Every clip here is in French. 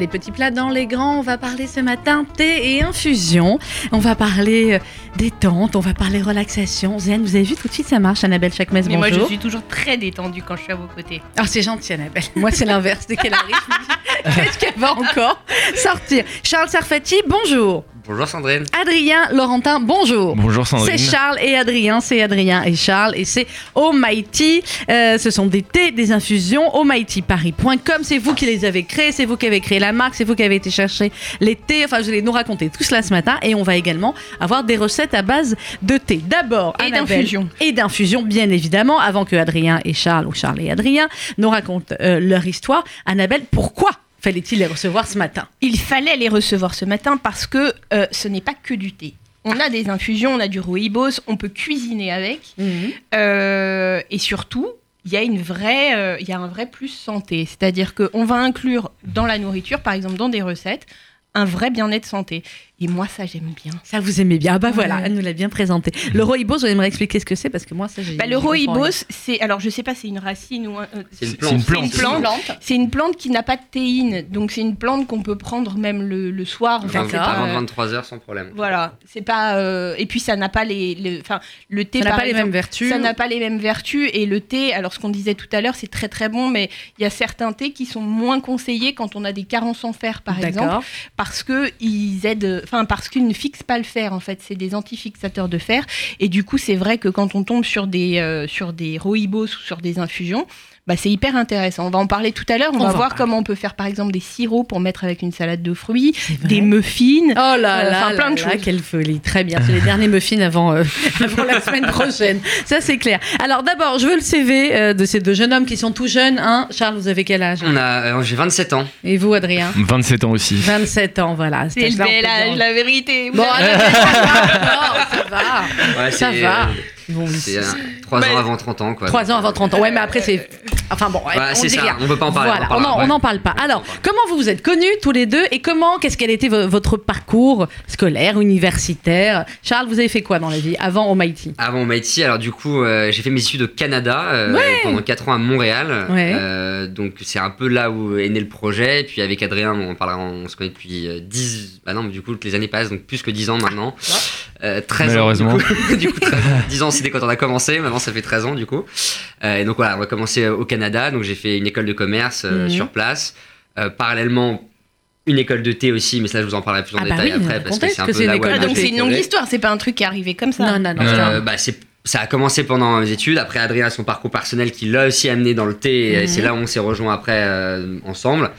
Les petits plats dans les grands, on va parler ce matin thé et infusion. On va parler euh, détente, on va parler relaxation. Zen, vous avez vu tout de suite ça marche, Annabelle Chakmes, Mais bonjour. moi, je suis toujours très détendue quand je suis à vos côtés. Ah, c'est gentil, Annabelle. Moi, c'est l'inverse. Dès qu'elle arrive, je me dis, qu'est-ce qu'elle va encore sortir Charles Sarfati, bonjour. Bonjour Sandrine. Adrien Laurentin, bonjour. Bonjour Sandrine. C'est Charles et Adrien, c'est Adrien et Charles, et c'est Almighty. Euh, ce sont des thés, des infusions. AlmightyParis.com, c'est vous qui les avez créés, c'est vous qui avez créé la marque, c'est vous qui avez été chercher les thés. Enfin, je vais nous raconter tout cela ce matin, et on va également avoir des recettes à base de thé. D'abord, Et Annabelle, d'infusion. Et d'infusion, bien évidemment, avant que Adrien et Charles, ou Charles et Adrien, nous racontent euh, leur histoire. Annabelle, pourquoi fallait-il les recevoir ce matin Il fallait les recevoir ce matin parce que euh, ce n'est pas que du thé. On a des infusions, on a du rooibos, on peut cuisiner avec. Euh, et surtout, il y, a une vraie, euh, il y a un vrai plus santé. C'est-à-dire qu'on va inclure dans la nourriture, par exemple dans des recettes, un vrai bien-être santé. Et moi, ça, j'aime bien. Ça vous aimez bien. Ah bah voilà, Ouais. elle nous l'a bien présenté. Le rooibos, j'aimerais expliquer ce que c'est parce que moi ça j'ai. Bah, le je comprends rien. rooibos, c'est. Alors, je sais pas, c'est une racine ou un. euh, C'est une C'est une plante. plante. C'est une plante. C'est une plante qui n'a pas de théine, donc c'est une plante qu'on peut prendre même le, le soir. Avant Enfin, c'est D'accord. pas, avant euh, 23 heures sans problème. Voilà, c'est pas euh, et puis ça n'a pas les, les- enfin le thé Ça n'a par pas les exemple, mêmes vertus. ça n'a pas les mêmes vertus et le thé, alors ce qu'on disait tout à l'heure, c'est très très bon, mais il y a certains thés qui sont moins conseillés quand on a des carences en fer par exemple, D'accord. parce que ils aident, enfin parce qu'ils ne fixent pas le fer en fait, c'est des antifixateurs de fer et du coup c'est vrai que quand on tombe sur des euh, sur des rooibos ou sur des infusions, bah c'est hyper intéressant. On va en parler tout à l'heure, on, On va, va en voir parler. comment on peut faire par exemple des sirops pour mettre avec une salade de fruits, C'est vrai. des muffins. Oh là Euh, là, enfin, plein là de là, choses. quelle folie. Très bien, c'est les derniers muffins avant, euh, avant la semaine prochaine. Ça c'est clair. Alors d'abord, je veux le CV euh, de ces deux jeunes hommes qui sont tout jeunes. Hein. Charles, vous avez quel âge On a, euh, j'ai 27 ans. Et vous, Adrien 27 ans aussi. 27 ans, voilà. C'est là, on le peut bel âge, dire- la vérité. Bon, Annabelle, ça va, non, ça va. Ouais, Ça c'est- va. euh, Bon, C'est 3 Bah, ans avant 30 ans quoi. 3 ans avant 30 ans. Ouais, mais après c'est. Enfin bon, Ouais, on c'est dit ça, rien. on peut pas en parler. Voilà, on en on n'en parlera, ouais. parle pas. On en Alors, parle comment vous vous êtes connus tous les deux et comment, qu'est-ce qu'elle était vo- votre parcours scolaire, universitaire Charles, vous avez fait quoi dans la vie avant au MIT Avant Maïti, alors du coup, euh, j'ai fait mes études au Canada euh, pendant 4 ans à Montréal. Ouais. Euh, donc c'est un peu là où est né le projet. Et puis avec Adrien, on, parlera, on se connaît depuis euh, 10... Bah non, mais du coup, les années passent, donc plus que 10 ans maintenant. Euh, 13 ans. Malheureusement. Du coup, du coup 13 10 ans, c'était quand on a commencé. Maintenant, ça fait 13 ans, du coup. Euh, et donc voilà, on va commencer au Canada. Donc j'ai fait une école de commerce euh, Mhm. sur place. Euh, parallèlement, une école de thé aussi, mais ça, je vous en parlerai plus en Ah bah détail oui, après. Parce que racontez, c'est un parce que peu c'est là une où école de elle m'a donc fait c'est une longue découvrir. histoire, c'est pas un truc qui est arrivé comme ça. Non, non, non. Euh, Charles. Euh, bah, c'est- ça a commencé pendant les études. Après, Adrien a son parcours personnel qui l'a aussi amené dans le thé. Mhm. Et c'est là où on s'est rejoint après euh, ensemble.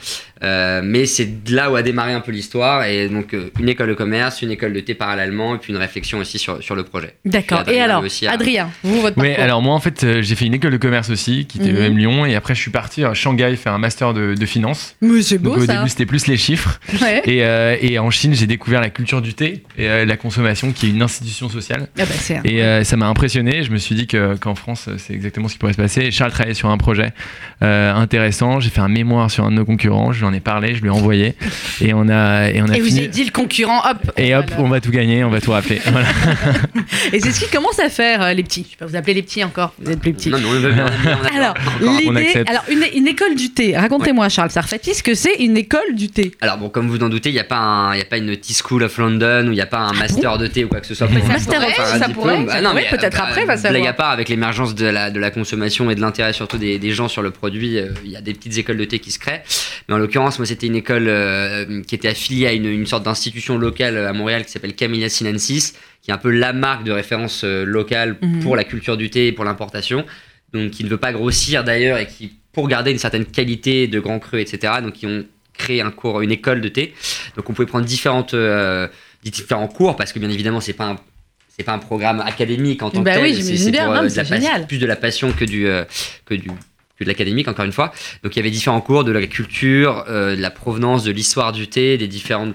Euh, mais c'est de là où a démarré un peu l'histoire. Et donc, euh, une école de commerce, une école de thé parallèlement, et puis une réflexion aussi sur, sur le projet. D'accord. Et Adrien euh, alors, aussi a- Adrien, vous, votre Oui, parcours alors moi en fait euh, j'ai fait une école de commerce aussi, qui était Mhm. même Lyon, et après je suis parti à Shanghai faire un master de, de finance. Mais c'est beau Donc au ça. début c'était plus les chiffres. Ouais. Et, euh, et en Chine j'ai découvert la culture du thé et euh, la consommation qui est une institution sociale. Ah bah, c'est un- Et euh, ça m'a impressionné. Je me suis dit que- qu'en France, euh, c'est exactement ce qui pourrait se passer. Et Charles travaillait sur un projet euh, intéressant. J'ai fait un mémoire sur un de nos concurrents. Je lui en ai parlé, je lui ai envoyé. Et on a, et on a Et vous fini. avez dit le concurrent, hop Et hop, Voilà. on va tout gagner, on va tout rappeler. Voilà. Et c'est ce qui commence à faire, euh, les petits. Je sais pas, vous appelez les petits encore, vous êtes plus petits. Non, mais on le veut bien, on est bien. Alors, on l'idée. accepte. Alors, une, une école du thé. Racontez-moi, Charles Sarfati, ce que c'est une école du thé. Alors, bon, comme vous en doutez, il n'y a, pas un- il y a pas une Tea School of London ou il n'y a pas un master de thé ou quoi que ce soit. pour- Ah ça pourrait, pour faire un ça diplôme. pourrait, Bah, ça non, pourrait, mais, peut-être bah, après, va Blague savoir. à part, avec l'émergence de la, de la consommation et de l'intérêt surtout des, des gens sur le produit, euh, il y a des petites écoles de thé qui se créent. Mais en l'occurrence, moi, c'était une école euh, qui était affiliée à une, une sorte d'institution locale euh, à Montréal qui s'appelle Camilla Sinensis, qui est un peu la marque de référence euh, locale Mhm. pour la culture du thé et pour l'importation. Donc, qui ne veut pas grossir d'ailleurs et qui, pour garder une certaine qualité de grands crus, etc., donc qui ont créé un cours, une école de thé. Donc, on pouvait prendre différentes. euh, différents cours parce que bien évidemment c'est pas un c'est pas un programme académique en tant Bah que oui, tel, j'imagine c'est c'est bien, pour, non, euh, mais de la c'est pas- génial. plus de la passion que du euh, que du que de l'académique encore une fois. Donc il y avait différents cours de la culture, euh, de la provenance, de l'histoire du thé, des différentes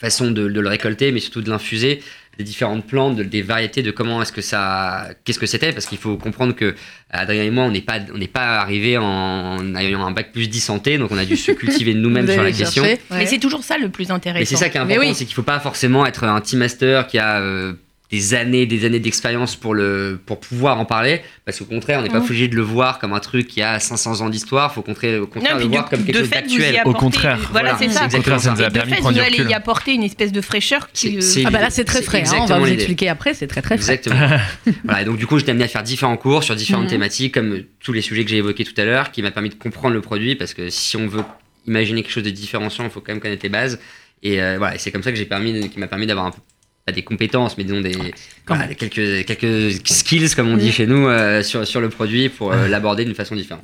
façons de, de le récolter, mais surtout de l'infuser, des différentes plantes, de- des variétés, de comment est-ce que ça, qu'est-ce que c'était, parce qu'il faut comprendre que euh, Adrien et moi on n'est pas on n'est pas arrivés en, en ayant un bac plus 10 santé, donc on a dû se cultiver nous-mêmes Vous sur la allez question. chercher. Mais c'est toujours ça le plus intéressant. Mais c'est ça qui est Mais important, oui. c'est qu'il faut pas forcément être un team master qui a euh, des années, des années d'expérience pour le pour pouvoir en parler. Parce qu'au contraire, on n'est pas Mmh. obligé de le voir comme un truc qui a 500 ans d'histoire. Faut au contraire, au contraire Non, le puis voir de- comme quelque de chose fait, vous y d'actuel. apportez- contraire. Voilà, c'est ça. Au contraire, ça nous Et a de permis de fait, prendre vous du allez recul. y apporter une espèce de fraîcheur qui. C'est- c'est- euh, Ah bah là c'est très C'est frais, hein, on va exactement vous l'idée. expliquer après, c'est très très frais. Exactement. voilà, et donc du coup, j'étais amené à faire différents cours sur différentes Mhm. thématiques, comme euh, tous les sujets que j'ai évoqués tout à l'heure, qui m'a permis de comprendre le produit, parce que si on veut imaginer quelque chose de différenciant, il faut quand même connaître les bases. Et euh, voilà, et c'est comme ça que j'ai permis, qui m'a permis d'avoir un peu- pas des compétences, mais disons des voilà, des quelques quelques skills comme on dit Mhm. chez nous euh, sur sur le produit pour euh, l'aborder d'une façon différente.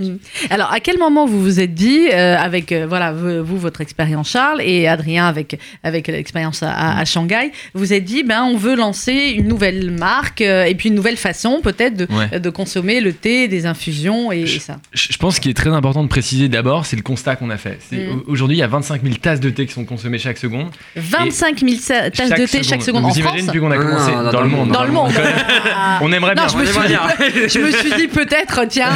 Alors à quel moment vous vous êtes dit, euh, avec euh, voilà vous, vous, votre expérience Charles et Adrien avec, avec l'expérience à, à- à Shanghai, vous êtes dit ben on veut lancer une nouvelle marque euh, et puis une nouvelle façon peut-être de, Ouais. euh, de consommer le thé, des infusions et, et ça. Je je pense qu'il est très important de préciser d'abord, c'est le constat qu'on a fait. C'est- Mm. au- Aujourd'hui, il y a 25 000 tasses de thé qui sont consommées chaque seconde. 25 000 sa- tasses Chaque de thé chaque seconde Donc, en vous France. imaginez, depuis qu'on a Non, Ah, commencé, non, non, dans, le monde. hein, Dans le monde. On aimerait Non, bien. je me suis dit- je me suis dit peut-être oh, tiens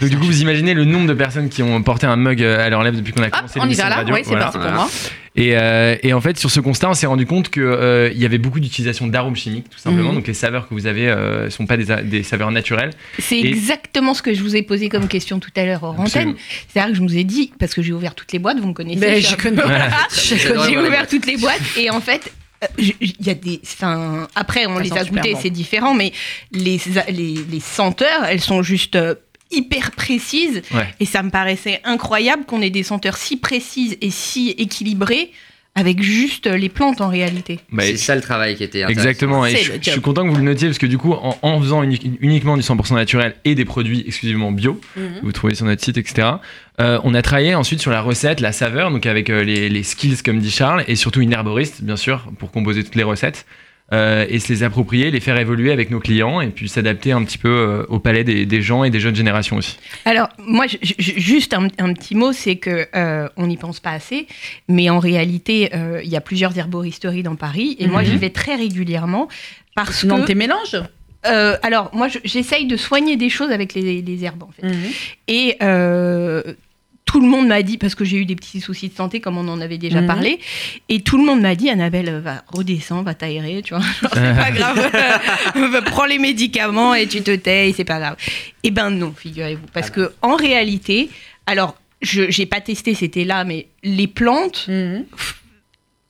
Donc, du coup, vous imaginez le nombre de personnes qui ont porté un mug euh, à leur lèvre depuis qu'on a hop commencé on y l'émission va de là radio. oui c'est Voilà. parti pour Voilà. moi. Et, euh, et en fait, sur ce constat, on s'est rendu compte que euh, il y avait beaucoup d'utilisation d'arômes chimiques, tout simplement. Mhm. Donc les saveurs que vous avez euh, sont pas des, a- des saveurs naturelles. C'est Et- exactement ce que je vous ai posé comme question tout à l'heure hors Absolument. antenne. C'est-à-dire que je vous ai dit, parce que j'ai ouvert toutes les boîtes, vous me connaissez. Mais je suis je un connais. J'adore Je connais. J'ai Voilà. ouvert toutes les boîtes et en fait, euh, je- je- il y a des. enfin, après, on Ça les sent a super goûtées, bon. c'est différent, mais les, les, les senteurs, elles sont juste euh, hyper précises. Ouais. Et ça me paraissait incroyable qu'on ait des senteurs si précises et si équilibrées avec juste les plantes en réalité. Bah, c'est ça le travail qui était intéressant. Exactement, et C'est je, le job. je suis content que vous le notiez parce que du coup, en, en faisant uni- uniquement du 100% naturel et des produits exclusivement bio, Mhm. vous trouvez sur notre site, etc., euh, on a travaillé ensuite sur la recette, la saveur, donc avec euh, les, les skills, comme dit Charles, et surtout une herboriste, bien sûr, pour composer toutes les recettes, euh, et se les approprier, les faire évoluer avec nos clients, et puis s'adapter un petit peu euh, au palais des, des gens et des jeunes générations aussi. Alors, moi, je- je- juste un, un petit mot, c'est que euh, on n'y pense pas assez, mais en réalité, euh, il y a plusieurs herboristeries dans Paris, et moi, Mhm. j'y vais très régulièrement parce Dans que. tes mélanges. euh, alors, moi, je- j'essaye de soigner des choses avec les, les herbes, en fait. Et euh, tout le monde m'a dit, parce que j'ai eu des petits soucis de santé, comme on en avait déjà Mhm. parlé, et tout le monde m'a dit, Annabelle, euh, va redescends, va t'aérer, tu vois, genre, c'est pas grave, Euh, prends les médicaments et tu te tais, c'est pas grave. Eh ben non, figurez-vous, Ah parce bah. que en réalité, alors, je j'ai pas testé, c'était là, mais les plantes, Mhm.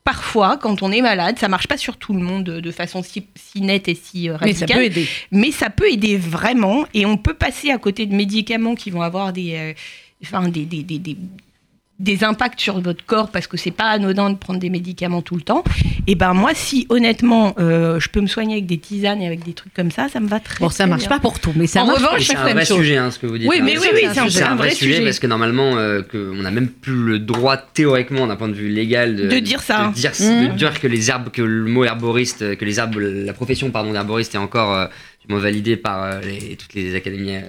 parfois, quand on est malade, ça marche pas sur tout le monde de, de façon si, si nette et si euh, Mais ça radicale peut aider. mais ça peut aider vraiment et on peut passer à côté de médicaments qui vont avoir des, euh, enfin, des, des, des, des- des impacts sur votre corps parce que c'est pas anodin de prendre des médicaments tout le temps. Et ben moi, si honnêtement, euh, je peux me soigner avec des tisanes et avec des trucs comme ça, ça me va très Bon, ça très marche bien. pas pour tout, mais ça En marche revanche, pour Et c'est chaque un vrai chose. sujet, hein, ce que vous dites. Oui, hein. mais oui, oui, c'est un, sujet, un vrai sujet. parce que normalement, euh, que on n'a même plus le droit théoriquement, d'un point de vue légal, de, De dire ça. Mmh. de dire, Mhm. de dire que les herbes, que le mot herboriste, euh, que les herbes, la profession pardon d'herboriste est encore euh, sûrement validée par euh, les- toutes les académies euh,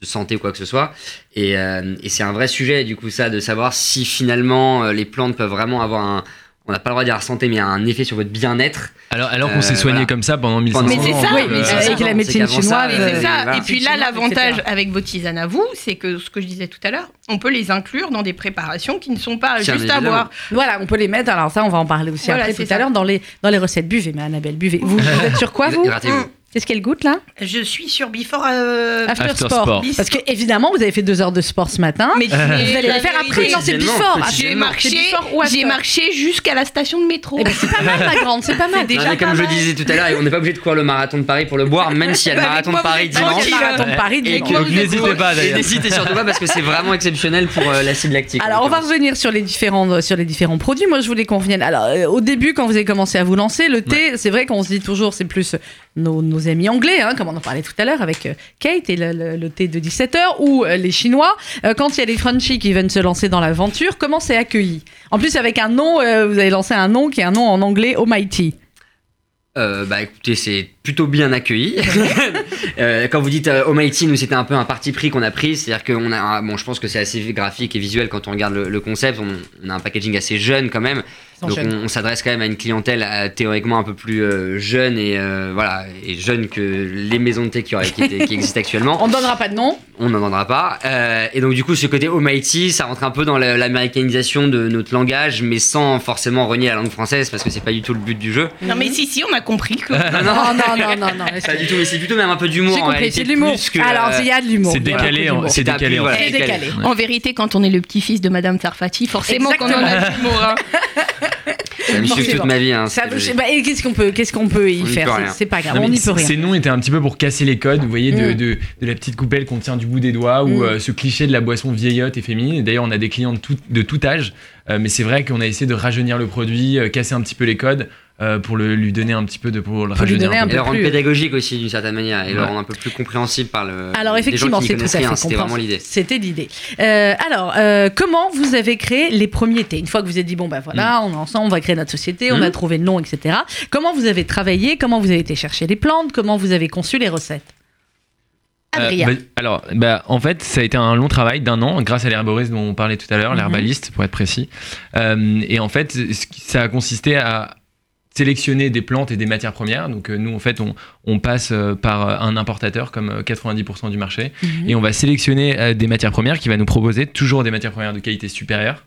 de santé ou quoi que ce soit. Et, euh, et c'est un vrai sujet du coup ça de savoir si finalement euh, les plantes peuvent vraiment avoir un, on n'a pas le droit de dire la santé, mais un effet sur votre bien-être. Alors, alors qu'on Euh, s'est soigné voilà. comme ça pendant 1500 Pendant- Mais c'est ans. ça, Oui, euh, mais c'est avec ça. la C'est médecine qu'avant ça, chinoise, Mais c'est euh, ça. voilà. Et puis là, Etc. l'avantage avec vos tisanes à vous, c'est que ce que je disais tout à l'heure, on peut les inclure dans des préparations qui ne sont pas Tiens, juste à évidemment. boire. Voilà, on peut les mettre. Alors ça, on va en parler aussi Voilà, après c'est tout à ça. l'heure dans les dans les recettes buvez. Mais Annabelle, buvez. Vous, vous êtes sur quoi vous Hydratez-vous. Qu'est-ce qu'elle goûte là Je suis sur Before. euh, After, After sport. sport. Ah, Parce que évidemment, vous avez fait deux heures de sport ce matin. Mais tu vous allez les faire après. Non, c'est Quotidiennement, before. Ah, J'ai quotidiennement. C'est marché, before ou after j'ai marché jusqu'à la station de métro. Eh ben, c'est pas mal, ma grande. C'est pas mal. déjà Non, mais comme pas je le mal. disais tout à l'heure, on n'est pas obligé de courir le marathon de Paris pour le boire, même s'il y a le Bah, mais marathon de quoi, vous Paris êtes Non, dimanche. il y a le marathon de Paris Et dimanche. Donc, n'hésitez pas Et d'ailleurs. n'hésitez surtout pas parce que c'est vraiment exceptionnel pour euh, l'acide lactique. Alors, on va revenir sur les différents euh, sur les différents produits. Moi, je voulais qu'on revienne. Alors, euh, au début, quand vous avez commencé à vous lancer, le thé, c'est vrai qu'on se dit toujours, c'est plus euh, nos, nos amis anglais, hein, comme on en parlait tout à l'heure avec euh, Kate et le, le- le thé de 17 h ou euh, les Chinois. Euh, quand il y a les Frenchies qui viennent se lancer dans l'aventure, comment c'est accueilli En plus, avec un nom, euh, vous avez lancé un nom qui est un nom en anglais, Almighty. Euh, bah écoutez, c'est plutôt bien accueilli. Euh, quand vous dites euh, Almighty, nous c'était un peu un parti pris qu'on a pris, c'est-à-dire qu'on a, un- bon, je pense que c'est assez graphique et visuel quand on regarde le, le concept. On, on a un packaging assez jeune quand même, Ils sont Donc jeunes. on, on s'adresse quand même à une clientèle euh, théoriquement un peu plus euh, jeune et euh, voilà et jeune que les maisons de thé qui, auraient- qui étaient- qui existent actuellement. On ne donnera pas de nom. On n'en vendra pas. Euh, et donc du coup ce côté almighty, ça rentre un peu dans la- l'américanisation de notre langage, mais sans forcément renier la langue française parce que c'est pas du tout le but du jeu. Non, mais si, si, on a compris que. Non, non, Non, non, non, non, non. laisse pas tomber. du tout. Mais c'est plutôt même un peu d'humour. J'ai en compris, réalité, c'est de l'humour. plus que, Alors, euh, il y a de l'humour. C'est voilà, décalé, beaucoup en- d'humour. c'est Tapis, décalé en voilà. fait. C'est décalé. En vérité, quand on est le petit-fils de Madame Sarfati, forcément qu'on en a du morin. ça me suit toute ma vie. hein, Ça- c'est- je- bah, et qu'est-ce qu'on peut, qu'est-ce qu'on peut y On n'y faire peut C'est- rien. C'est pas grave, Non, on mais n'y peut rien. Ces noms étaient un petit peu pour casser les codes, vous voyez, de, Mm. de- de la petite coupelle qu'on tient du bout des doigts ou Mm. euh, ce cliché de la boisson vieillotte et féminine. Et D'ailleurs, on a des clients de tout, de tout âge, euh, mais c'est vrai qu'on a essayé de rajeunir le produit, euh, casser un petit peu les codes euh, pour le, lui donner un petit peu de. pour le Pour lui rajeunir donner un un peu. Et le peu rendre plus- pédagogique aussi d'une certaine manière, et le Ouais. rendre un peu plus compréhensible par le. Alors les euh, gens qui effectivement, n'y c'est tout à connaissent fait rien, C'était vraiment compréhensible. l'idée. C'était l'idée. Euh, alors, euh, comment vous avez créé les premiers thés Une fois que vous avez dit bon ben voilà, on est ensemble, on va créer notre société, on Mm. a trouvé le nom, etc. Comment vous avez travaillé Comment vous avez été chercher les plantes Comment vous avez conçu les recettes Euh, Adrien. bah, alors, bah, en fait, ça a été un long travail d'un an, grâce à l'herboriste dont on parlait tout à l'heure, Mhm. l'herbaliste, pour être précis. Euh, et en fait, ce qui- ça a consisté à sélectionner des plantes et des matières premières. Donc, euh, nous, en fait, on, on passe euh, par euh, un importateur, comme euh, 90% du marché, et on va sélectionner euh, des matières premières qui va nous proposer toujours des matières premières de qualité supérieure.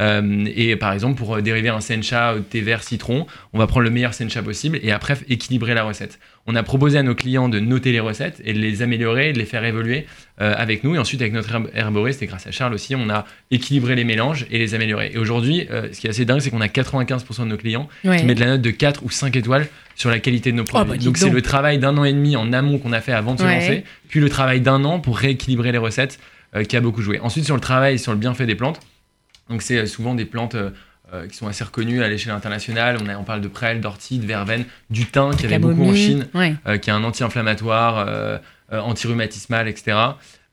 Euh, et par exemple, pour euh, dériver un sencha au thé vert citron, on va prendre le meilleur sencha possible et après f- équilibrer la recette. On a proposé à nos clients de noter les recettes et de les améliorer, de les faire évoluer euh, avec nous. Et ensuite, avec notre herb- herboriste et grâce à Charles aussi, on a équilibré les mélanges et les améliorés. Et aujourd'hui, euh, ce qui est assez dingue, c'est qu'on a 95% de nos clients Mm. Ouais. qui mettent la note de 4 ou 5 étoiles sur la qualité de nos produits. bah, dis donc c'est donc. le travail d'un an et demi en amont qu'on a fait avant de se Ouais. lancer, puis le travail d'un an pour rééquilibrer les recettes euh, qui a beaucoup joué. Ensuite sur le travail, sur le bienfait des plantes, donc c'est euh, souvent des plantes euh, euh, qui sont assez reconnues à l'échelle internationale. On, a- on parle de prêle, d'ortie, de verveine, du thym qui avait beaucoup en Camomille. Chine, Ouais. euh, qui est un anti-inflammatoire, euh, euh, anti-rhumatismal, etc.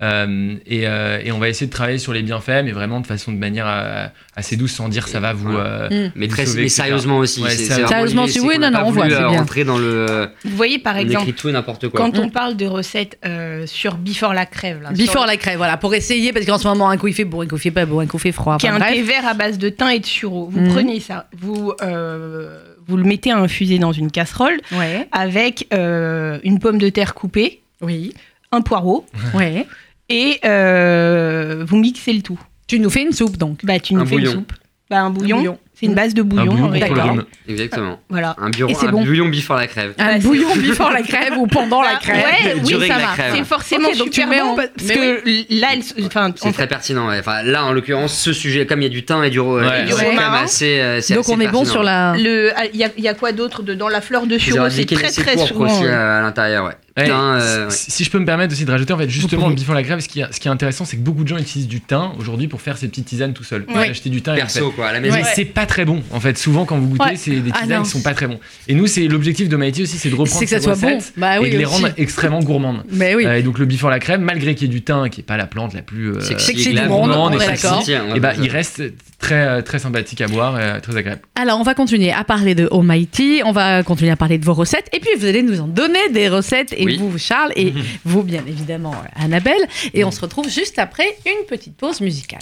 Euh, et, euh, et on va essayer de travailler sur les bienfaits, mais vraiment de façon de manière euh, assez douce, sans dire ça va vous... euh, Mm. Mais Vous très sauvez, mais etc. sérieusement aussi. Ouais, c'est- ça- c'est vraiment Sérieusement, l'idée, si c'est oui, qu'on non, a non, pas on voit, voulu, c'est euh, bien. rentrer dans le. Vous voyez, par On exemple, écrit tout et n'importe quoi. quand on parle de recettes euh, sur Before la crève, là, sur- Before la crève, voilà, pour essayer, parce qu'en ce moment, un coup il fait beau, un coup il fait pas beau, un coup il fait froid. qui est enfin, un bref. thé vert à base de thym et de sureau. Vous Mhm. prenez ça, vous, euh, vous le mettez à infuser dans une casserole Ouais. avec euh, une pomme de terre coupée, Oui. un poireau, Ouais. et euh, vous mixez le tout. Tu nous fais une soupe donc. Bah, tu nous Un fais bouillon. une soupe. Bah, un bouillon, bouillon. c'est une base de un bouillon. bouillon en contre le réalité. rhume. Exactement. Voilà. Un, bureau, Et c'est un bon. bouillon before la crève. Un Ouais, bouillon before la crève ou pendant la Bah, crève. ouais, oui, Durer ça la va. crève. C'est forcément Ok, donc tu super mets en- bon parce mais que là, elle se- enfin, C'est en très pertinent. ouais. Enfin, là, en l'occurrence, ce sujet, comme il y a du thym et du, ro- Ouais. et du Du romarin, romarin. c'est, euh, c'est Donc assez on est bon pertinent. sur la. Le- ah, Il y, a- il y a quoi d'autre dedans La fleur de Ils sureau, auraient c'est indiqué très laisser très pourpre souvent. aussi euh, euh, à l'intérieur. Ouais. Ouais, Putain, euh, ouais. si, si je peux me permettre aussi de rajouter, en fait, justement, pouvez. before la crève, ce qui, est- ce qui est intéressant, c'est que beaucoup de gens utilisent du thym aujourd'hui pour faire ces petites tisanes tout seul. Ils Ouais. achètent du thym et vous Perso, quoi, à la faites. maison. Mais c'est pas très bon en fait. Souvent, quand vous goûtez, Ouais. c'est des Ah tisanes non. qui sont pas très bons. Et nous, c'est l'objectif de Maïti aussi, c'est de reprendre C'est que ça ces soit bon. recettes Bah et de les oui, aussi. rendre extrêmement gourmandes. Mais oui. Euh, et donc, le before la crève, malgré qu'il y ait du thym, qui est pas la plante la plus euh, Sexy du la monde, gourmande on et est sexy, d'accord. hein. et bah, il reste très euh, très sympathique à boire, euh, très agréable. Alors, on va continuer à parler de Almighty, on va continuer à parler de vos recettes, et puis vous allez nous en donner des recettes, et Oui. vous, Charles, et vous, bien évidemment, Annabelle. Et on se retrouve juste après une petite pause musicale.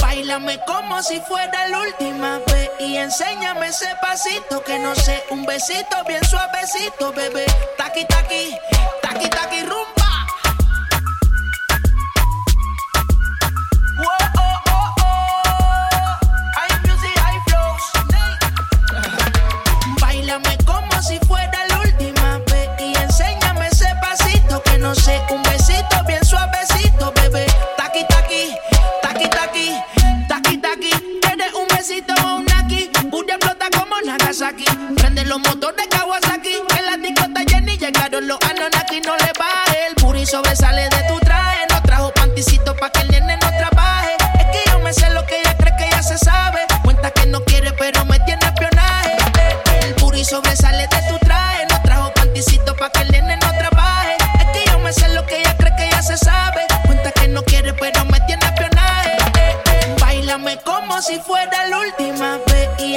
Bailame como si fuera la última vez y enséñame ese pasito que no sé, un besito bien suavecito, bebé. Taqui taqui, taqui taqui rumba. Wow, oh, oh, oh. Hay music, hay flows. Bailame como si fuera la última vez y enséñame ese pasito que no sé, un besito bien suavecito, bebé. Taqui taqui, taqui taqui, taqui taqui. Tienes un besito o un aquí, una explota como Nagasaki. Prende los motores Kawasaki, en la discota Jenny llegaron los Anonaki, no le baje. El puri sobresale de tu traje, no trajo panticito pa' que el nene no trabaje. Es que yo me sé lo que ella cree que ya se sabe. Cuenta que no quiere, pero me tiene espionaje. El puri sobresale de tu traje. No trajo panticito pa' que el nene no trabaje. Es que yo me sé lo que ella cree que ya se sabe. Cuenta que no quiere, pero me tiene espionaje. Bailame como si fuera la última vez. Y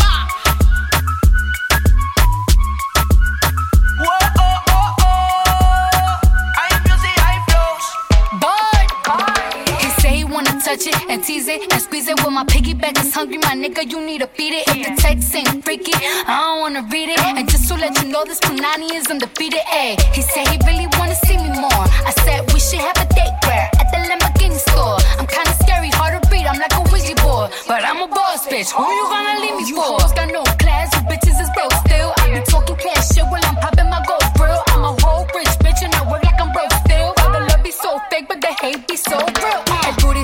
Whoa, oh, oh, oh. High music, high flows. He say he wanna touch it and tease it and squeeze it. Well, my piggyback is hungry, my nigga. You need to feed it. If the text ain't freaky, I don't wanna read it. And just to let you know, this Punani is undefeated. Ayy, he said he really wanna see me more. I said we should have a date where at the Lamborghini store. I'm kinda scary, hard to read. I'm like a Ouija board, but I'm a boss bitch. Who you gonna leave me for? You hoes got no class, you bitches is broke still. I be talking cash shit while I'm popping my gold grill. I'm a whole rich bitch and I work like I'm broke still. All the love be so fake, but the hate be so real. El booty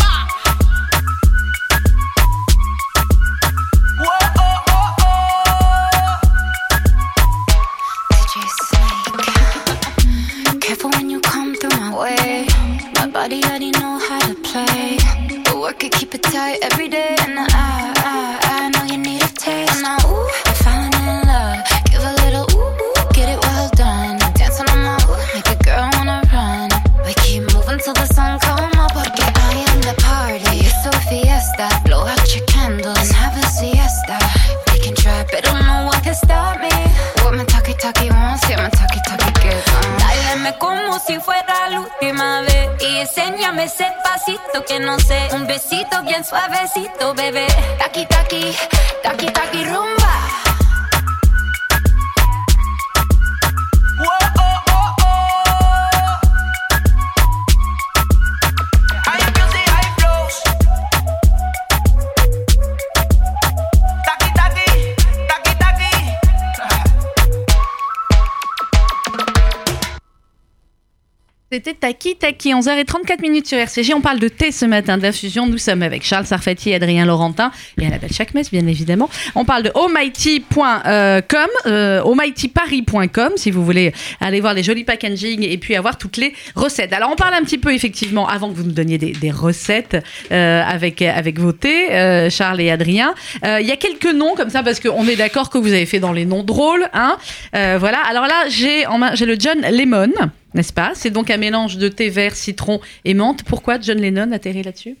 Whoa, oh, oh, oh. just like Careful when you come through my way. My body already know how to play. But work it, keep it tight every day. And I, I, I know you need a taste. And I, ooh, I'm falling in love. Give a little ooh, ooh, get it well done. Dance on the move, make a girl wanna run. We keep moving till the sun come up. Porque I am the party. It's a fiesta. Blow out your candles and have a siesta. They can try, but don't know what can stop me. What my talkie talkie wants, yeah, my talkie talkie gives. Um. Dáleme como si fuera la última vez y enséñame ese pasito que no sé. Un besito bien suavecito, bebé. Taki taki, taki taki rumba. Whoa, oh, oh, oh. High music, high flows. Taqui, taqui, taqui, taqui. C'était Taki Taki, 11h34 minutes sur RCG. On parle de thé ce matin, de l'infusion. Nous sommes avec Charles Sarfati, Adrien Laurentin et Annabelle Chakmes, bien évidemment. On parle de almighty.com, euh, almightyparis.com, si vous voulez aller voir les jolis packaging et puis avoir toutes les recettes. Alors, on parle un petit peu, effectivement, avant que vous nous donniez des, des recettes euh, avec, avec vos thés, euh, Charles et Adrien. Euh, Il y a quelques noms comme ça, parce qu'on est d'accord que vous avez fait dans les noms drôles. Hein. Euh, voilà. Alors là, j'ai en main- j'ai le John Lemon. N'est-ce pas C'est donc un mélange de thé vert, citron et menthe. Pourquoi John Lennon atterrit là-dessus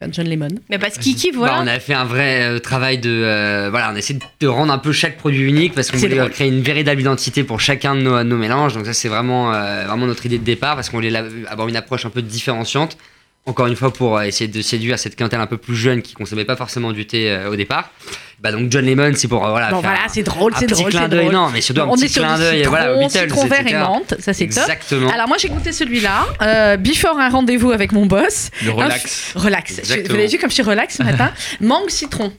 Enfin, John Lemon. Mais parce qu'Iki, voilà. Bah, on a fait un vrai euh, travail de. euh, voilà, on a essayé de rendre un peu chaque produit unique parce qu'on C'est voulait drôle. euh, créer une véritable identité pour chacun de nos, nos mélanges. Donc, ça, c'est vraiment, euh, vraiment notre idée de départ parce qu'on voulait la- avoir une approche un peu différenciante. Encore une fois, pour euh, essayer de séduire cette clientèle un peu plus jeune qui consommait pas forcément du thé euh, au départ. Bah, donc, John Lemon, c'est pour. euh, voilà, Bon, faire voilà, un- c'est drôle, un c'est petit drôle, clin c'est d'œil. drôle. Non, mais surtout un on petit est sur clin du d'œil. citron, Voilà, Beatles, citron vert et etc.. menthe, ça c'est top. Exactement. Alors moi j'ai goûté celui-là, euh, before un rendez-vous avec mon boss. Le Un relax. f- relax. Je- Vous Exactement. avez vu comme je suis relax ce matin Mangue citron.